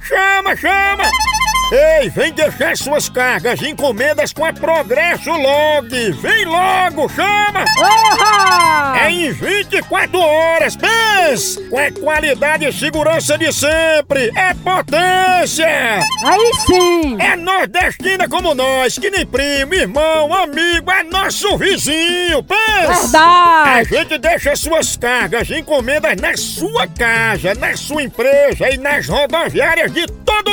chama, chama! Ei, vem deixar suas cargas e encomendas com a Progresso Log! Vem logo, chama! É em 24 horas, pense! Com a qualidade e segurança de sempre! É potência! Aí sim! É nordestina como nós, que nem primo, irmão, amigo, é nosso vizinho, pensa! A Verdade! gente deixa suas cargas e encomendas na sua casa, na sua empresa e nas rodoviárias de todo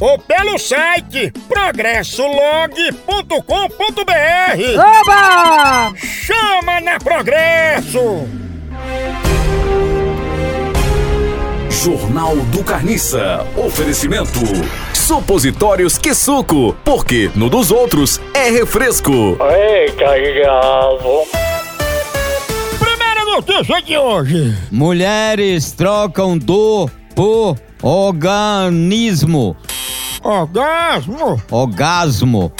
ou pelo site progressolog.com.br. Oba! Chama na Progresso! Jornal do Carniça. Oferecimento. Supositórios que suco, porque no dos outros é refresco. Eita, diabo. Primeira notícia de hoje. Mulheres trocam dor por organismo. Orgasmo, Orgasmo.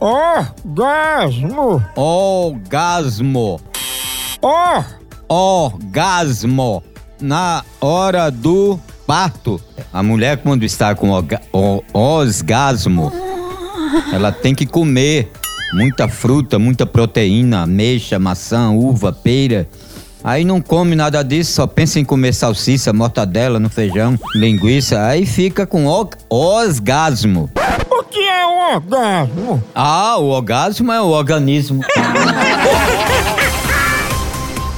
orgasmo, Orgasmo. ó. Orgasmo. Na hora do parto. A mulher, quando está com orga- o- orgasmo, ela tem que comer muita fruta, muita proteína, ameixa, maçã, uva, peira. Aí não come nada disso, só pensa em comer salsicha, mortadela no feijão, linguiça. Aí fica com or- orgasmo. O que é um orgasmo? Ah, o orgasmo é o organismo.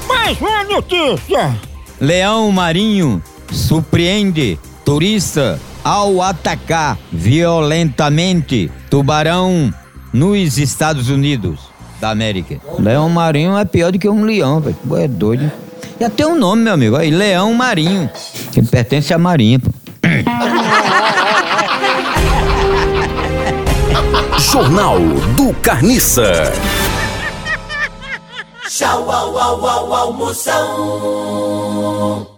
Mais uma notícia! Leão Marinho surpreende turista ao atacar violentamente tubarão nos Estados Unidos da América. Leão Marinho é pior do que um leão, velho. Pô, É doido. Já tem um nome, meu amigo. Aí, Leão Marinho, que pertence à Marinha. pô. Jornal do Carniça. Tchau, au, au, au, almoção.